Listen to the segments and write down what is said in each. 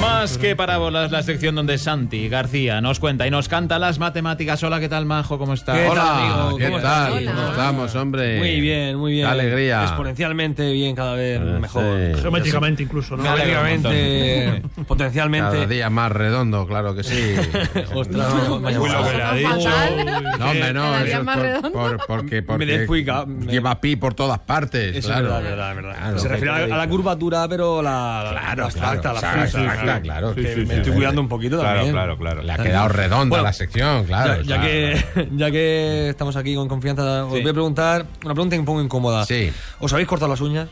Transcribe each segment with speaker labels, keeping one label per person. Speaker 1: Más que parábolas, la sección donde Santi García nos cuenta y nos canta las matemáticas. Hola, ¿qué tal, Majo? ¿Cómo estás?
Speaker 2: ¿Qué
Speaker 1: Hola.
Speaker 2: tal, amigo?
Speaker 3: ¿Qué
Speaker 2: ¿Cómo
Speaker 3: tal?
Speaker 2: estás?
Speaker 3: ¿Cómo
Speaker 2: Hola.
Speaker 3: estamos, hombre?
Speaker 2: Muy bien, muy bien.
Speaker 3: Qué alegría.
Speaker 2: Exponencialmente bien, cada vez
Speaker 3: Ah,
Speaker 2: mejor.
Speaker 3: sí.
Speaker 4: Geométricamente incluso, ¿no?
Speaker 2: Geométricamente,
Speaker 3: Cada
Speaker 2: potencialmente.
Speaker 3: día más redondo, claro que sí.
Speaker 2: Ostras, vaya
Speaker 5: Uy, lo
Speaker 2: guapa.
Speaker 5: que le ha
Speaker 6: Fatal.
Speaker 5: dicho.
Speaker 3: No, hombre, no,
Speaker 6: Cada día
Speaker 3: eso es
Speaker 6: más
Speaker 3: por-
Speaker 6: redondo.
Speaker 3: por- porque, porque
Speaker 2: Me descuica, me-
Speaker 3: lleva pi por todas partes.
Speaker 2: Eso
Speaker 3: claro.
Speaker 2: es verdad, verdad, verdad.
Speaker 3: Claro,
Speaker 2: Se
Speaker 3: que
Speaker 2: refiere
Speaker 3: te
Speaker 2: a, a la
Speaker 3: digo.
Speaker 2: curvatura, pero la, la- la abstracta, la
Speaker 3: exacto,
Speaker 2: abstracta,
Speaker 3: exacto,
Speaker 2: claro.
Speaker 3: claro,
Speaker 2: Que
Speaker 3: sí, sí,
Speaker 2: me
Speaker 3: sí,
Speaker 2: estoy
Speaker 3: sí.
Speaker 2: cuidando un poquito también.
Speaker 5: Claro, claro,
Speaker 3: Le ha
Speaker 5: claro.
Speaker 3: quedado redonda
Speaker 2: Bueno,
Speaker 3: la sección,
Speaker 2: Ya,
Speaker 3: claro.
Speaker 2: ya
Speaker 3: claro.
Speaker 2: que, ya que estamos aquí con confianza, os
Speaker 1: Sí.
Speaker 2: voy a preguntar una pregunta un poco incómoda.
Speaker 3: Sí.
Speaker 2: ¿Os habéis cortado las uñas?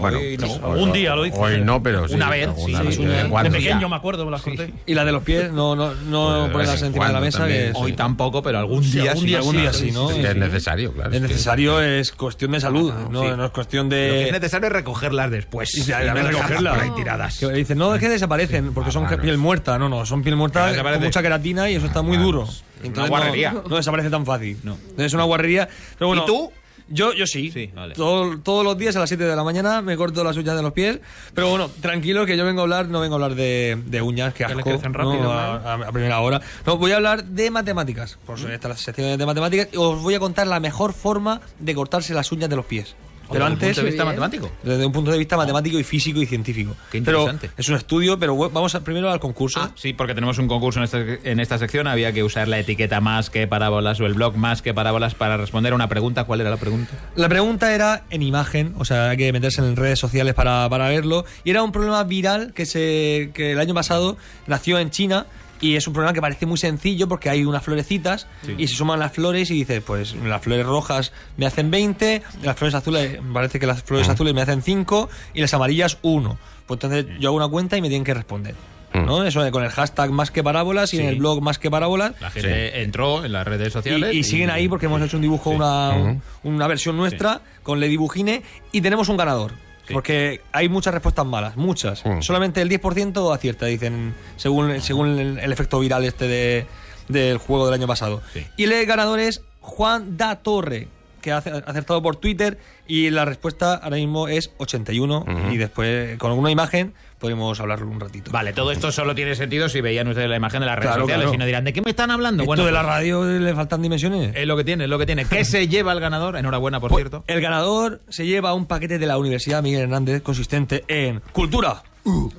Speaker 3: Bueno,
Speaker 4: Un día lo hice.
Speaker 3: Hoy no, pero sí.
Speaker 1: Una vez,
Speaker 3: alguna
Speaker 1: sí,
Speaker 3: vez,
Speaker 1: sí,
Speaker 3: de
Speaker 1: una
Speaker 3: vez en
Speaker 1: vez.
Speaker 3: cuando.
Speaker 4: de pequeño me acuerdo, me las corté.
Speaker 2: Y la de los pies, no, no, no
Speaker 3: Pues de
Speaker 2: ponerlas
Speaker 3: vez en
Speaker 2: encima de la
Speaker 3: cuando
Speaker 2: mesa.
Speaker 3: también,
Speaker 2: que-
Speaker 3: sí.
Speaker 1: Hoy tampoco, pero algún día
Speaker 2: algún
Speaker 1: sí.
Speaker 2: día, algún día sí, ¿no?
Speaker 3: Es que Ah, es necesario, claro.
Speaker 2: Es necesario, es cuestión de salud, no, no es cuestión
Speaker 1: Lo que es
Speaker 2: de...
Speaker 1: necesario es recogerlas después.
Speaker 2: Y ya-
Speaker 1: Y
Speaker 2: ya
Speaker 1: no
Speaker 2: me
Speaker 1: dejarlas
Speaker 2: recogerlas.
Speaker 1: pues, por ahí tiradas.
Speaker 2: Que dicen, no, es que desaparecen, porque son
Speaker 3: Bárbaros.
Speaker 2: piel muerta. No, no, son piel muerta
Speaker 1: Claro,
Speaker 2: con
Speaker 1: desaparece.
Speaker 2: mucha queratina y eso está muy duro.
Speaker 3: Bárbaros.
Speaker 2: Entonces,
Speaker 1: guarrería.
Speaker 2: No, no desaparece tan fácil.
Speaker 1: No.
Speaker 2: Es una guarrería. Pero bueno,
Speaker 1: ¿Y tú?
Speaker 2: Yo, yo sí.
Speaker 1: Sí, vale.
Speaker 2: Todo- todos los días a las 7 de la mañana me corto las uñas de los pies. Pero bueno, tranquilo que yo vengo a hablar, no vengo a hablar de, de uñas, que
Speaker 4: Que le
Speaker 2: asco.
Speaker 4: crecen
Speaker 2: no,
Speaker 4: rápido, ¿no?
Speaker 2: a, a- a primera hora. No, voy a hablar de matemáticas. Por eso esta es la sección de matemáticas. y Os voy a contar la mejor forma de cortarse las uñas de los pies. Pero
Speaker 1: Desde el
Speaker 2: antes,
Speaker 1: punto de vista
Speaker 6: Bien.
Speaker 1: matemático.
Speaker 2: desde un punto de vista matemático y físico y científico.
Speaker 1: Qué
Speaker 2: Pero
Speaker 1: interesante.
Speaker 2: es un estudio, pero bueno, vamos a- primero al concurso.
Speaker 1: Ah, sí, porque tenemos un concurso en esta, en esta sección. Había que usar la etiqueta más que parábolas o el blog más que parábolas para responder a una pregunta. ¿Cuál era la pregunta?
Speaker 2: La pregunta era en imagen, o sea, hay que meterse en redes sociales para, para verlo. Y era un problema viral que, se, que el año pasado nació en China. Y es un problema que parece muy sencillo porque hay unas florecitas y se suman las flores y dices, pues las flores rojas me hacen 20, las flores azules, parece que las flores azules me hacen 5 y las amarillas 1. Pues entonces yo hago una cuenta y me tienen que responder. ¿No? Eso de con el hashtag más que parábolas y en
Speaker 1: Sí.
Speaker 2: el blog más que parábolas.
Speaker 1: La gente entró en las redes sociales.
Speaker 2: Y, y siguen ahí porque hemos hecho un dibujo, una, una versión nuestra con Le Dibujine y tenemos un ganador. Porque hay muchas respuestas malas, muchas.
Speaker 1: Mm.
Speaker 3: Ujú.
Speaker 2: Solamente el 10% acierta, dicen, según, según el, el efecto viral este de- del juego del año pasado.
Speaker 1: Sí.
Speaker 2: Y el ganador es Juan Da Torre, que ha ace- ha acertado por Twitter y la respuesta ahora mismo es 81 y después con alguna imagen podemos hablarlo un ratito.
Speaker 1: Vale, todo esto solo tiene sentido si veían ustedes la imagen de las redes
Speaker 2: Claro,
Speaker 1: sociales
Speaker 2: claro.
Speaker 1: y no dirán, ¿de qué me están hablando?
Speaker 2: ¿Esto
Speaker 1: Bueno,
Speaker 2: de la
Speaker 1: pues,
Speaker 2: radio le faltan dimensiones?
Speaker 1: es lo que tiene, es lo que tiene. ¿Qué se lleva el ganador? Enhorabuena, por
Speaker 2: Pues,
Speaker 1: cierto.
Speaker 2: El ganador se lleva un paquete de la Universidad Miguel Hernández consistente en Cultura,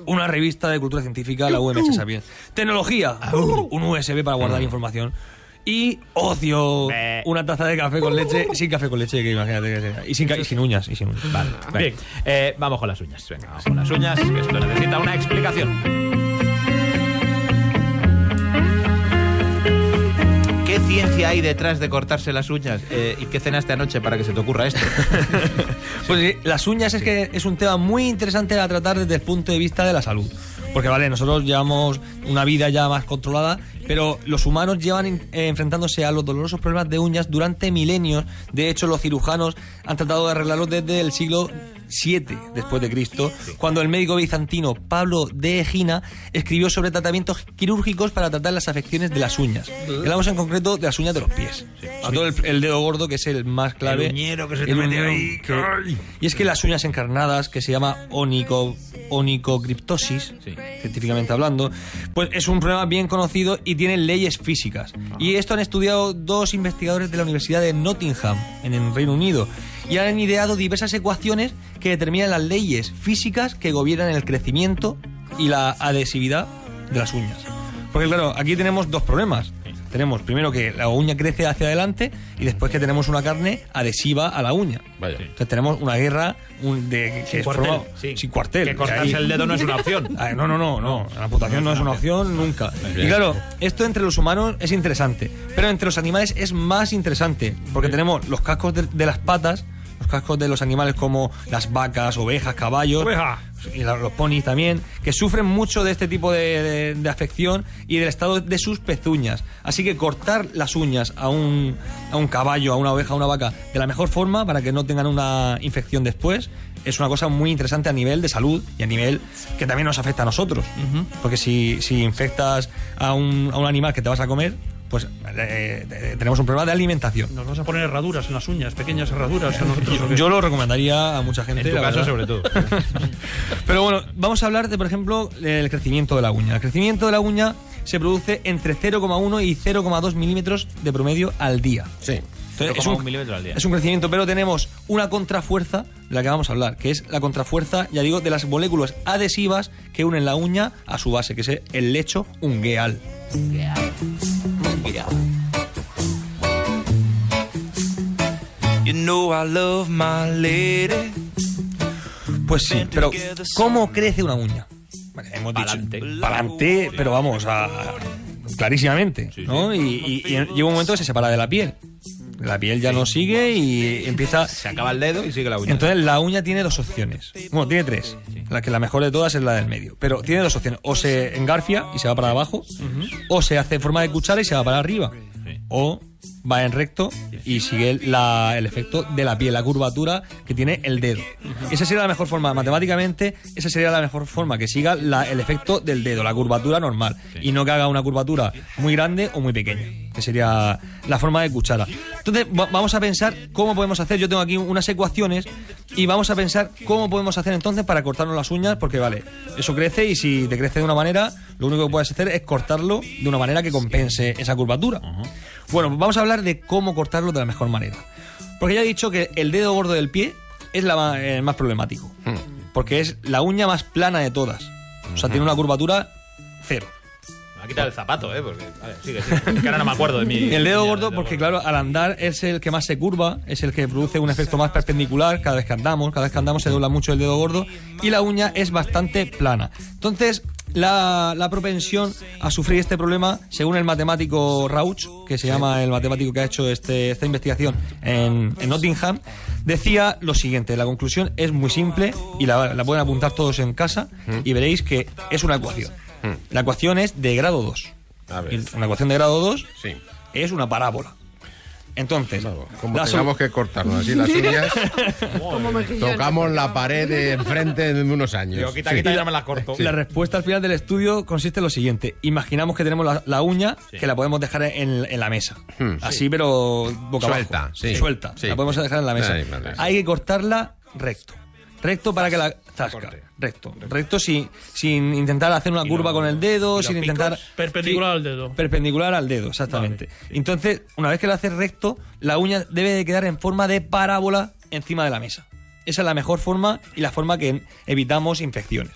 Speaker 2: una revista de cultura científica, la UMH Sapiens. Tecnología, un USB para guardar información. Y ocio,
Speaker 1: Eh.
Speaker 2: una taza de café con leche, sin café con leche, que imagínate que sea. Y sin, ca- y sin uñas, y sin uñas.
Speaker 1: Vale, vale. Eh, vamos con las uñas. Venga, vamos con las uñas, que esto necesita una explicación. ¿Qué ciencia hay detrás de cortarse las uñas? Eh, ¿Y qué cenaste anoche para que se te ocurra esto?
Speaker 2: Pues sí, las uñas es que es un tema muy interesante a tratar desde el punto de vista de la salud. Porque, vale, nosotros llevamos una vida ya más controlada, pero los humanos llevan en- eh, enfrentándose a los dolorosos problemas de uñas durante milenios. De hecho, los cirujanos han tratado de arreglarlos desde el siglo 7 después de Cristo, cuando el médico bizantino Pablo de Egina escribió sobre tratamientos quirúrgicos para tratar las afecciones de las uñas.
Speaker 1: ¿Eh?
Speaker 2: Hablamos en concreto de las uñas de los pies. Sobre todo el, el dedo gordo, que es el más clave.
Speaker 1: El uñero que se te
Speaker 2: El
Speaker 1: mete
Speaker 2: uñero
Speaker 1: ahí.
Speaker 2: que-
Speaker 1: Ay.
Speaker 2: y es que las uñas encarnadas, que se llama onico, onicocriptosis,
Speaker 1: Sí.
Speaker 2: científicamente hablando, pues es un problema bien conocido y tiene leyes físicas. Y esto han estudiado dos investigadores de la Universidad de Nottingham, en el Reino Unido, y han ideado diversas ecuaciones que determinan las leyes físicas que gobiernan el crecimiento y la adhesividad de las uñas. Porque claro, aquí tenemos dos problemas. Tenemos primero que la uña crece hacia adelante y después que tenemos una carne adhesiva a la uña.
Speaker 3: Vaya.
Speaker 2: Entonces tenemos una guerra un- de, que es forma- sin cuartel.
Speaker 1: Que
Speaker 2: ahí-
Speaker 1: cortarse el dedo no es una opción.
Speaker 2: Ah, no, no, no, no. La amputación no es una opción nunca. Y claro, esto entre los humanos es interesante, pero entre los animales es más interesante, porque tenemos los cascos de, de las patas, los cascos de los animales como las vacas, ovejas, caballos,
Speaker 4: Oveja.
Speaker 2: y la- los ponis también, que sufren mucho de este tipo de, de- de afección y del estado de sus pezuñas. Así que cortar las uñas a un, a un caballo, a una oveja, a una vaca, de la mejor forma para que no tengan una infección después, es una cosa muy interesante a nivel de salud y a nivel que también nos afecta a nosotros. Porque si, si infectas a un, a un animal que te vas a comer, pues eh, eh, tenemos un problema de alimentación.
Speaker 4: Nos vas a poner herraduras en las uñas, pequeñas herraduras a nosotros. ¿o qué?
Speaker 2: Yo lo recomendaría a mucha gente.
Speaker 1: En tu
Speaker 2: la
Speaker 1: caso, sobre
Speaker 2: verdad.
Speaker 1: todo.
Speaker 2: Pero bueno, vamos a hablar de, por ejemplo, el crecimiento de la uña. El crecimiento de la uña se produce entre 0,1 y 0,2 milímetros de promedio al día.
Speaker 3: Sí.
Speaker 2: Entonces,
Speaker 1: 0,1 milímetros al día.
Speaker 2: es un crecimiento, pero tenemos una contrafuerza de la que vamos a hablar, que es la contrafuerza, ya digo, de las moléculas adhesivas que unen la uña a su base, que es el lecho ungueal. Ungueal.
Speaker 5: You know I love my lady.
Speaker 2: Pues sí, pero ¿cómo crece una uña? Vale, hemos
Speaker 1: Pa'lante.
Speaker 2: dicho pa'lante, pero vamos, a, a- clarísimamente, ¿no? Y, y- y llega un momento que se separa de la piel. La piel ya no sigue y empieza...
Speaker 1: Se acaba el dedo y sigue la uña.
Speaker 2: Entonces la uña tiene dos opciones. Bueno, tiene tres. La que la mejor de todas es la del medio. Pero tiene dos opciones. O se engarfia y se va para abajo. O se hace en forma de cuchara y se va para arriba.
Speaker 1: Sí.
Speaker 2: O va en recto y sigue la- el efecto de la piel, la curvatura que tiene el dedo. Esa sería la mejor forma. Matemáticamente, esa sería la mejor forma. Que siga la- el efecto del dedo, la curvatura normal. Y no que haga una curvatura muy grande o muy pequeña. Que sería la forma de cuchara. Entonces, va- vamos a pensar cómo podemos hacer. Yo tengo aquí unas ecuaciones y vamos a pensar cómo podemos hacer entonces para cortarnos las uñas, porque vale, eso crece y si te crece de una manera, lo único que puedes hacer es cortarlo de una manera que compense esa curvatura. Bueno, pues vamos a hablar de cómo cortarlo de la mejor manera. Porque ya he dicho que el dedo gordo del pie es la ma- el más problemático, porque es la uña más plana de todas. O sea, tiene una curvatura cero.
Speaker 1: Me ha quitado el zapato, ¿eh? Porque, a ver, sigue, sigue. Es que ahora no me acuerdo de mi...
Speaker 2: El dedo
Speaker 1: mi-
Speaker 2: gordo,
Speaker 1: del
Speaker 2: porque
Speaker 1: gordo.
Speaker 2: claro, al andar es el que más se curva, es el que produce un efecto más perpendicular cada vez que andamos, cada vez que andamos se dobla mucho el dedo gordo y la uña es bastante plana. Entonces, la, la propensión a sufrir este problema, según el matemático Rauch, que se llama el matemático que ha hecho este- esta investigación en, en Nottingham, decía lo siguiente, la conclusión es muy simple y la, la pueden apuntar todos en casa
Speaker 3: Mm.
Speaker 2: y veréis que es una ecuación. La ecuación es de grado 2.
Speaker 3: A ver.
Speaker 2: Una ecuación de grado 2
Speaker 3: Sí.
Speaker 2: es una parábola. Entonces,
Speaker 3: Claro, Como
Speaker 2: la
Speaker 3: tengamos
Speaker 2: solu-
Speaker 3: que cortarnos así las uñas,
Speaker 6: Como mejillones.
Speaker 3: tocamos la pared de enfrente en unos años.
Speaker 1: Digo, quita,
Speaker 3: Sí.
Speaker 1: quita, ya me las corto.
Speaker 2: la respuesta al final del estudio consiste en lo siguiente. Imaginamos que tenemos la, la uña que la podemos dejar en, en la mesa. Así, pero boca
Speaker 3: Hmm, Suelta,
Speaker 2: abajo.
Speaker 3: sí.
Speaker 2: Suelta.
Speaker 3: Sí.
Speaker 2: La podemos dejar en la mesa.
Speaker 3: Ahí, vale.
Speaker 2: Hay que cortarla recto. Recto para que la tasca.
Speaker 3: Corte.
Speaker 2: Recto. Recto sin, sin intentar hacer una curva con el dedo, sin intentar...
Speaker 4: Perpendicular al dedo.
Speaker 2: Perpendicular al dedo, exactamente. Entonces, una vez que lo haces recto, la uña debe de quedar en forma de parábola encima de la mesa. Esa es la mejor forma y la forma que evitamos infecciones.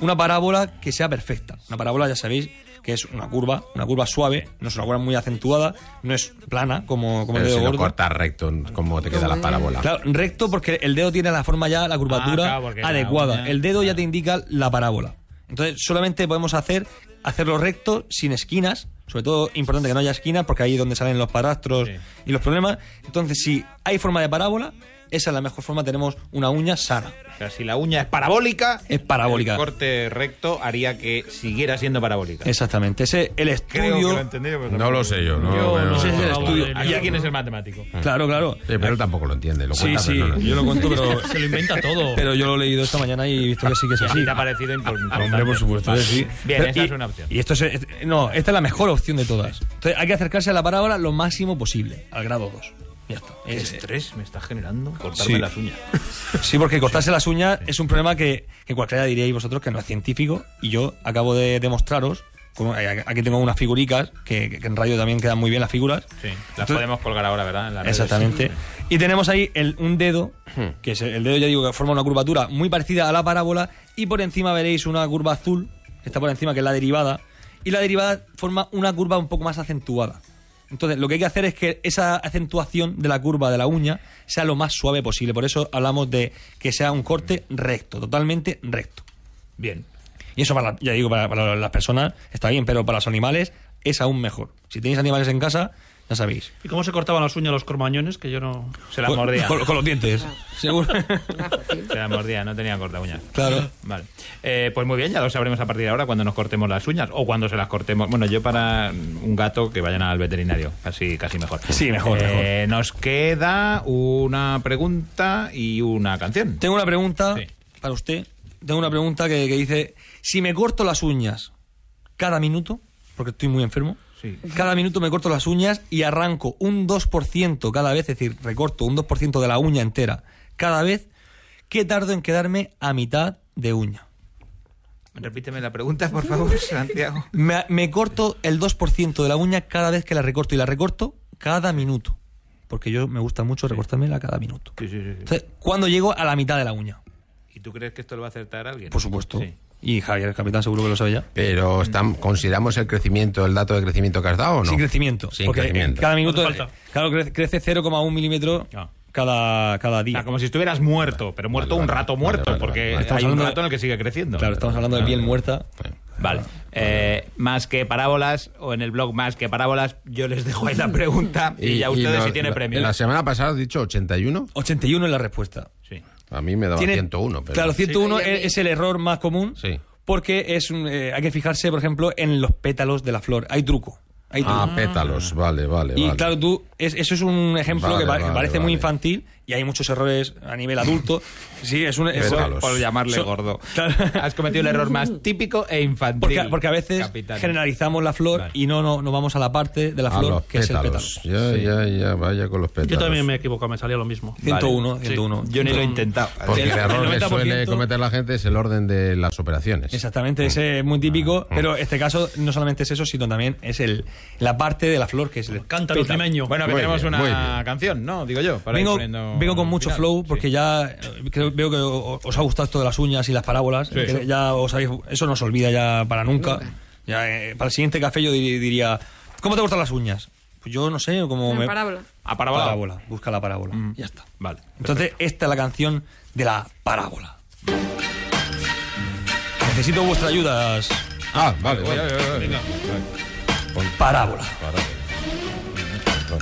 Speaker 2: Una parábola que sea perfecta. Una parábola, ya sabéis, que es una curva, una curva suave, no es una curva muy acentuada, no es plana como, como el
Speaker 3: Pero
Speaker 2: dedo
Speaker 3: si lo
Speaker 2: gordo.
Speaker 3: cortas recto, ¿cómo te queda la parábola?
Speaker 2: Ah. Claro, recto porque el dedo tiene la forma ya, la curvatura
Speaker 1: Ah, claro, porque la
Speaker 2: adecuada.
Speaker 1: uña-
Speaker 2: el dedo ya te indica la parábola. Entonces, solamente podemos hacer hacerlo recto, sin esquinas. Sobre todo, importante que no haya esquinas porque ahí es donde salen los parastros
Speaker 1: Sí.
Speaker 2: y los problemas. Entonces, si hay forma de parábola, esa es la mejor forma. Tenemos una uña sana.
Speaker 1: O sea, si la uña es parabólica,
Speaker 2: Es parabólica.
Speaker 1: el corte recto haría que siguiera siendo parabólica.
Speaker 2: Exactamente. Ese el
Speaker 1: Creo que lo he
Speaker 2: estudio.
Speaker 1: entendido, pero
Speaker 3: No
Speaker 1: tampoco-
Speaker 3: lo sé yo, no.
Speaker 4: Yo
Speaker 3: pero-
Speaker 4: no
Speaker 2: ese es el
Speaker 4: Ah, vale,
Speaker 2: estudio.
Speaker 4: mira.
Speaker 1: Aquí quién es el matemático.
Speaker 2: Claro, claro.
Speaker 3: Sí, pero él tampoco lo entiende, lo
Speaker 2: Sí,
Speaker 3: cuenta,
Speaker 2: sí.
Speaker 3: pero no lo
Speaker 2: Yo lo cuento, pero,
Speaker 4: Se lo inventa todo.
Speaker 2: pero yo lo he leído esta mañana y he visto que sí que es
Speaker 1: Y
Speaker 2: así.
Speaker 1: así te ha parecido importante.
Speaker 2: Hombre, por supuesto,
Speaker 1: Vale.
Speaker 2: sí.
Speaker 1: Bien,
Speaker 2: Pero-
Speaker 1: esa
Speaker 2: y-
Speaker 1: es una opción.
Speaker 2: Y esto es, es- no, esta es la mejor opción de todas. Entonces hay que acercarse a la parábola lo máximo posible, al grado 2. Ya está.
Speaker 1: ¿Qué
Speaker 2: Es- eh,
Speaker 1: estrés me está generando cortarme
Speaker 2: Sí.
Speaker 1: las uñas?
Speaker 2: sí, porque cortarse las uñas es un problema que, que cualquiera diríais vosotros que no es científico y yo acabo de demostraros. con- Aquí tengo unas figuricas que, que en radio también quedan muy bien las figuras.
Speaker 1: Sí, las
Speaker 2: Entonces-
Speaker 1: podemos colgar ahora, ¿verdad? En las redes.
Speaker 2: Exactamente. Y tenemos ahí el, un dedo, que es el el dedo, ya digo, que forma una curvatura muy parecida a la parábola, y por encima veréis una curva azul, que está por encima, que es la derivada, y la derivada forma una curva un poco más acentuada. Entonces, lo que hay que hacer es que esa acentuación de la curva de la uña sea lo más suave posible. Por eso hablamos de que sea un corte recto, totalmente recto.
Speaker 1: Bien.
Speaker 2: Y eso, para, la- ya digo, para, para las personas está bien, pero para los animales es aún mejor. Si tenéis animales en casa, ya sabéis.
Speaker 4: ¿Y cómo se cortaban las uñas los cormañones? Que yo no.
Speaker 1: Se las
Speaker 2: Con-
Speaker 1: mordía.
Speaker 2: Con, con los dientes. Seguro.
Speaker 1: Se las mordía, no tenía corta uñas.
Speaker 2: claro.
Speaker 1: Vale. Eh, pues muy bien, ya lo sabremos a partir de ahora cuando nos cortemos las uñas o cuando se las cortemos. Bueno, yo para un gato que vayan al veterinario, casi, casi mejor.
Speaker 2: Sí, mejor,
Speaker 1: Eh, Nos queda una pregunta y una canción.
Speaker 2: Tengo una pregunta
Speaker 1: Sí.
Speaker 2: para usted. Tengo una pregunta que, que dice, si me corto las uñas cada minuto, porque estoy muy enfermo,
Speaker 1: Sí.
Speaker 2: Cada minuto me corto las uñas y arranco un 2% cada vez, es decir, recorto un 2% de la uña entera cada vez. ¿Qué tardo en quedarme a mitad de uña?
Speaker 1: Repíteme la pregunta, por favor, Santiago.
Speaker 2: Me, me corto el 2% de la uña cada vez que la recorto y la recorto cada minuto. Porque yo me gusta mucho recortármela cada minuto.
Speaker 1: Sí, sí, sí, sí.
Speaker 2: Entonces, ¿cuándo llego a la mitad de la uña?
Speaker 1: ¿Y tú crees que esto lo va a acertar alguien?
Speaker 2: Por supuesto.
Speaker 1: Sí.
Speaker 2: Y Javier, el capitán, seguro que lo sabe ya.
Speaker 3: Pero están, consideramos el crecimiento, el dato de crecimiento que has dado, ¿o no?
Speaker 2: Sin crecimiento.
Speaker 3: Sin
Speaker 2: porque
Speaker 3: crecimiento.
Speaker 2: Cada minuto.
Speaker 4: No hace falta.
Speaker 2: Claro, crece, crece 0,1 milímetro
Speaker 1: Ah.
Speaker 2: cada, cada
Speaker 1: O
Speaker 2: día.
Speaker 1: sea, como si estuvieras muerto, pero muerto
Speaker 3: Vale,
Speaker 1: un
Speaker 3: vale,
Speaker 1: rato
Speaker 3: vale,
Speaker 1: muerto,
Speaker 3: vale,
Speaker 1: porque
Speaker 3: vale.
Speaker 2: Estamos
Speaker 1: hay un
Speaker 2: hablando de-
Speaker 1: rato en el que sigue creciendo.
Speaker 2: Claro, estamos hablando de piel muerta.
Speaker 1: Vale. Eh, más que parábolas, o en el blog más que parábolas, yo les dejo ahí la pregunta y, ya ustedes
Speaker 3: la-
Speaker 1: si tiene
Speaker 3: la-
Speaker 1: premio.
Speaker 3: La semana pasada has dicho 81.
Speaker 2: 81 es la respuesta.
Speaker 1: Sí.
Speaker 3: A mí me daba
Speaker 2: Tiene-
Speaker 3: 101. Pero...
Speaker 2: Claro, 101
Speaker 6: Sí.
Speaker 2: es, es el error más común.
Speaker 3: Sí.
Speaker 2: Porque es un- eh, hay que fijarse, por ejemplo, en los pétalos de la flor. Hay truco. Hay truco.
Speaker 3: Ah, pétalos, vale, vale.
Speaker 2: Y
Speaker 3: vale.
Speaker 2: claro, tú, es- eso es un ejemplo
Speaker 3: Vale,
Speaker 2: que, pa- que
Speaker 3: vale,
Speaker 2: parece
Speaker 3: vale.
Speaker 2: muy infantil y hay muchos errores a nivel adulto. Sí, es un es-
Speaker 3: Pétalos.
Speaker 1: Por llamarle
Speaker 2: So-
Speaker 1: gordo.
Speaker 2: Claro.
Speaker 1: Has cometido el error más típico e infantil.
Speaker 2: Porque, porque a veces
Speaker 1: capitán.
Speaker 2: generalizamos la flor
Speaker 1: Vale.
Speaker 2: y no, no, no vamos a la parte de la
Speaker 3: A
Speaker 2: flor
Speaker 3: los
Speaker 2: que
Speaker 3: pétalos.
Speaker 2: es el pétalo.
Speaker 3: Ya, ya, ya, vaya con los pétalos.
Speaker 4: Yo también me he equivocado, me salía lo mismo.
Speaker 2: 101,
Speaker 4: Vale.
Speaker 2: 101.
Speaker 1: Yo ni lo he intentado.
Speaker 3: Porque el,
Speaker 2: El- el
Speaker 3: error que
Speaker 2: 90%
Speaker 3: suele cometer la gente es el orden de las operaciones.
Speaker 2: Exactamente, ese es muy
Speaker 1: Ah,
Speaker 2: típico, pero este caso no solamente es eso, sino también es el, la parte de la flor que es el
Speaker 4: Cántalo,
Speaker 2: pétalo.
Speaker 4: limeño.
Speaker 1: Bueno, que
Speaker 3: Muy
Speaker 1: tenemos
Speaker 3: bien, muy
Speaker 1: una
Speaker 3: bien.
Speaker 1: canción, ¿no? Digo yo. para ir
Speaker 2: Vengo,
Speaker 1: poniendo
Speaker 2: vengo con mucho
Speaker 1: final.
Speaker 2: flow
Speaker 1: Sí.
Speaker 2: porque ya eh, creo- veo que o- os ha gustado esto de las uñas y las parábolas. que Ya os habéis- eso no se olvida ya para nunca. Ya, eh, para el siguiente café yo dir- diría, ¿cómo te gustan las uñas? Pues yo no sé, como
Speaker 6: Una
Speaker 2: me...
Speaker 6: parábola.
Speaker 1: A parábola. Mm.
Speaker 2: Parábola, busca la parábola. Ya está.
Speaker 1: Vale.
Speaker 2: Entonces, esta es la canción de la parábola. Necesito vuestra ayuda.
Speaker 3: Ah, vale,
Speaker 1: Voy, voy,
Speaker 3: vale.
Speaker 1: voy, voy.
Speaker 2: Parábola,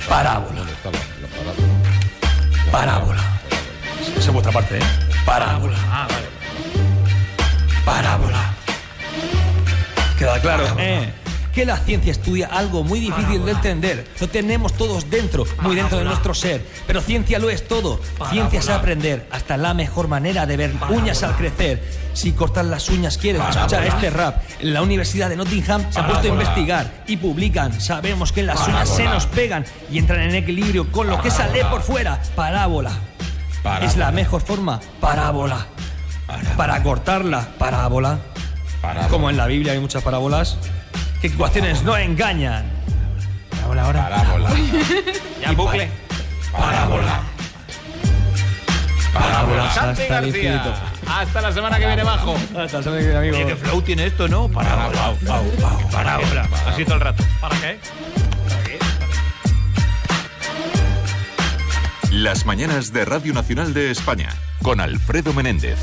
Speaker 2: parábola,
Speaker 3: ¿Dónde está la, la parábola?
Speaker 2: parábola. Esa es vuestra parte, ¿eh? Parábola.
Speaker 3: Ah,
Speaker 2: Parábola. Queda claro, ¿eh? Que la ciencia estudia algo muy difícil de entender. Lo tenemos todos dentro, muy dentro de nuestro ser. Pero ciencia lo es todo. Ciencia es aprender. Hasta la mejor manera de ver uñas al crecer. Si cortas las uñas, quieres escuchar este rap. En la Universidad de Nottingham se han puesto a investigar y publican. Sabemos que las uñas se nos pegan y entran en equilibrio con lo que sale por fuera. Parábola.
Speaker 3: Parábola.
Speaker 2: Es la mejor forma. Parábola. Para cortarla. Parábola.
Speaker 3: Parábola.
Speaker 2: Como en la Biblia hay muchas parábolas. Que ecuaciones no engañan.
Speaker 3: Parábola.
Speaker 1: Ya bucle.
Speaker 2: Parábola. Parábola.
Speaker 1: Santi
Speaker 2: Hasta el
Speaker 1: García.
Speaker 2: infinito.
Speaker 1: Hasta la semana que viene, bajo.
Speaker 2: Hasta el sábado que viene,
Speaker 1: Oye,
Speaker 2: amigo.
Speaker 1: ¿Qué flow tiene esto, no? Parábola.
Speaker 4: Parábola. Así todo el rato. ¿Para qué?
Speaker 7: Las mañanas de Radio Nacional de España con Alfredo Menéndez.